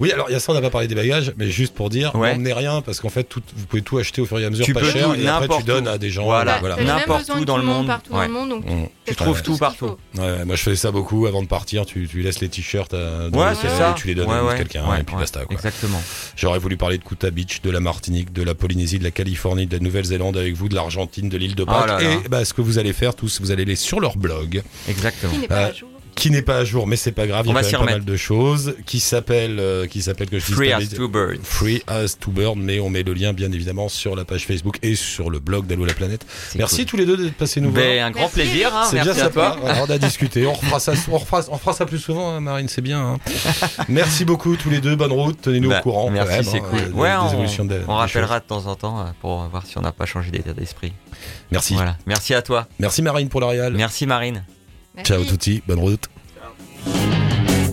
S2: Oui, alors il y a ça, on n'a pas parlé des bagages, mais juste pour dire,
S3: Ouais.
S2: n'emmenez rien parce qu'en fait, tout, vous pouvez tout acheter au fur et à mesure,
S3: Tu
S2: pas
S3: peux
S2: cher,
S3: tout,
S2: et après tu
S3: n'importe
S2: donnes
S3: où.
S2: à des gens.
S3: Voilà.
S2: euh,
S4: T'as
S3: Voilà.
S4: même
S3: N'importe
S4: besoin
S3: où
S4: de
S3: dans
S4: tout
S3: le monde.
S4: Partout
S3: Ouais.
S4: dans le monde, donc
S2: Mmh.
S4: tu
S3: trouves tout
S4: ce qu'il
S3: partout.
S4: faut.
S2: Ouais, ouais, moi je fais ça beaucoup avant de partir, tu, tu laisses les t-shirts euh, à dans
S3: Ouais,
S2: les
S3: c'est
S2: hôtels,
S3: ça.
S2: tu les donnes
S3: Ouais,
S2: à
S3: ouais.
S2: quelqu'un
S3: Ouais,
S2: et puis
S3: ouais.
S2: basta quoi.
S3: Exactement.
S2: J'aurais voulu parler de Kuta Beach, de la Martinique, de la Polynésie, de la Californie, de la Nouvelle-Zélande avec vous, de l'Argentine, de l'île de Pâques.
S3: Oh là là.
S2: et bah, ce que vous allez faire tous, vous allez aller sur leur blog,
S3: Exactement.
S4: Qui n'est pas
S2: Euh,
S4: à jour.
S2: qui n'est pas à jour, mais c'est pas grave, il y
S3: On
S2: a
S3: va
S2: quand
S3: s'y
S2: même pas
S3: remettre.
S2: mal de choses, qui s'appelle, euh, qui s'appelle que je dise
S3: Free
S2: pas
S3: as
S2: bêtise-
S3: two birds.
S2: Free as to burn, mais on met le lien bien évidemment sur la page Facebook et sur le blog d'Allo la planète.
S3: C'est
S2: Merci
S3: cool.
S2: tous les deux d'être passés nous voir.
S3: Ben, un grand
S4: Merci.
S3: plaisir. hein.
S2: C'est bien
S3: Merci à toi.
S2: sympa. Voilà, on a discuté. On refera ça, on refera, on fera ça plus souvent, hein, Marine. C'est bien. hein. Merci beaucoup tous les deux. Bonne route. Tenez-nous
S3: Bah,
S2: au courant.
S3: Merci,
S2: quand même,
S3: c'est
S2: hein,
S3: cool.
S2: euh, des-
S3: ouais,
S2: des
S3: on,
S2: évolutions de-
S3: on
S2: des
S3: rappellera de temps en temps euh, pour voir si on n'a pas changé d'état d'esprit.
S2: choses. Merci.
S3: Voilà. Merci à toi.
S2: Merci Marine pour la réal.
S3: Merci Marine.
S2: Ciao
S4: Merci.
S2: tutti. Bonne route.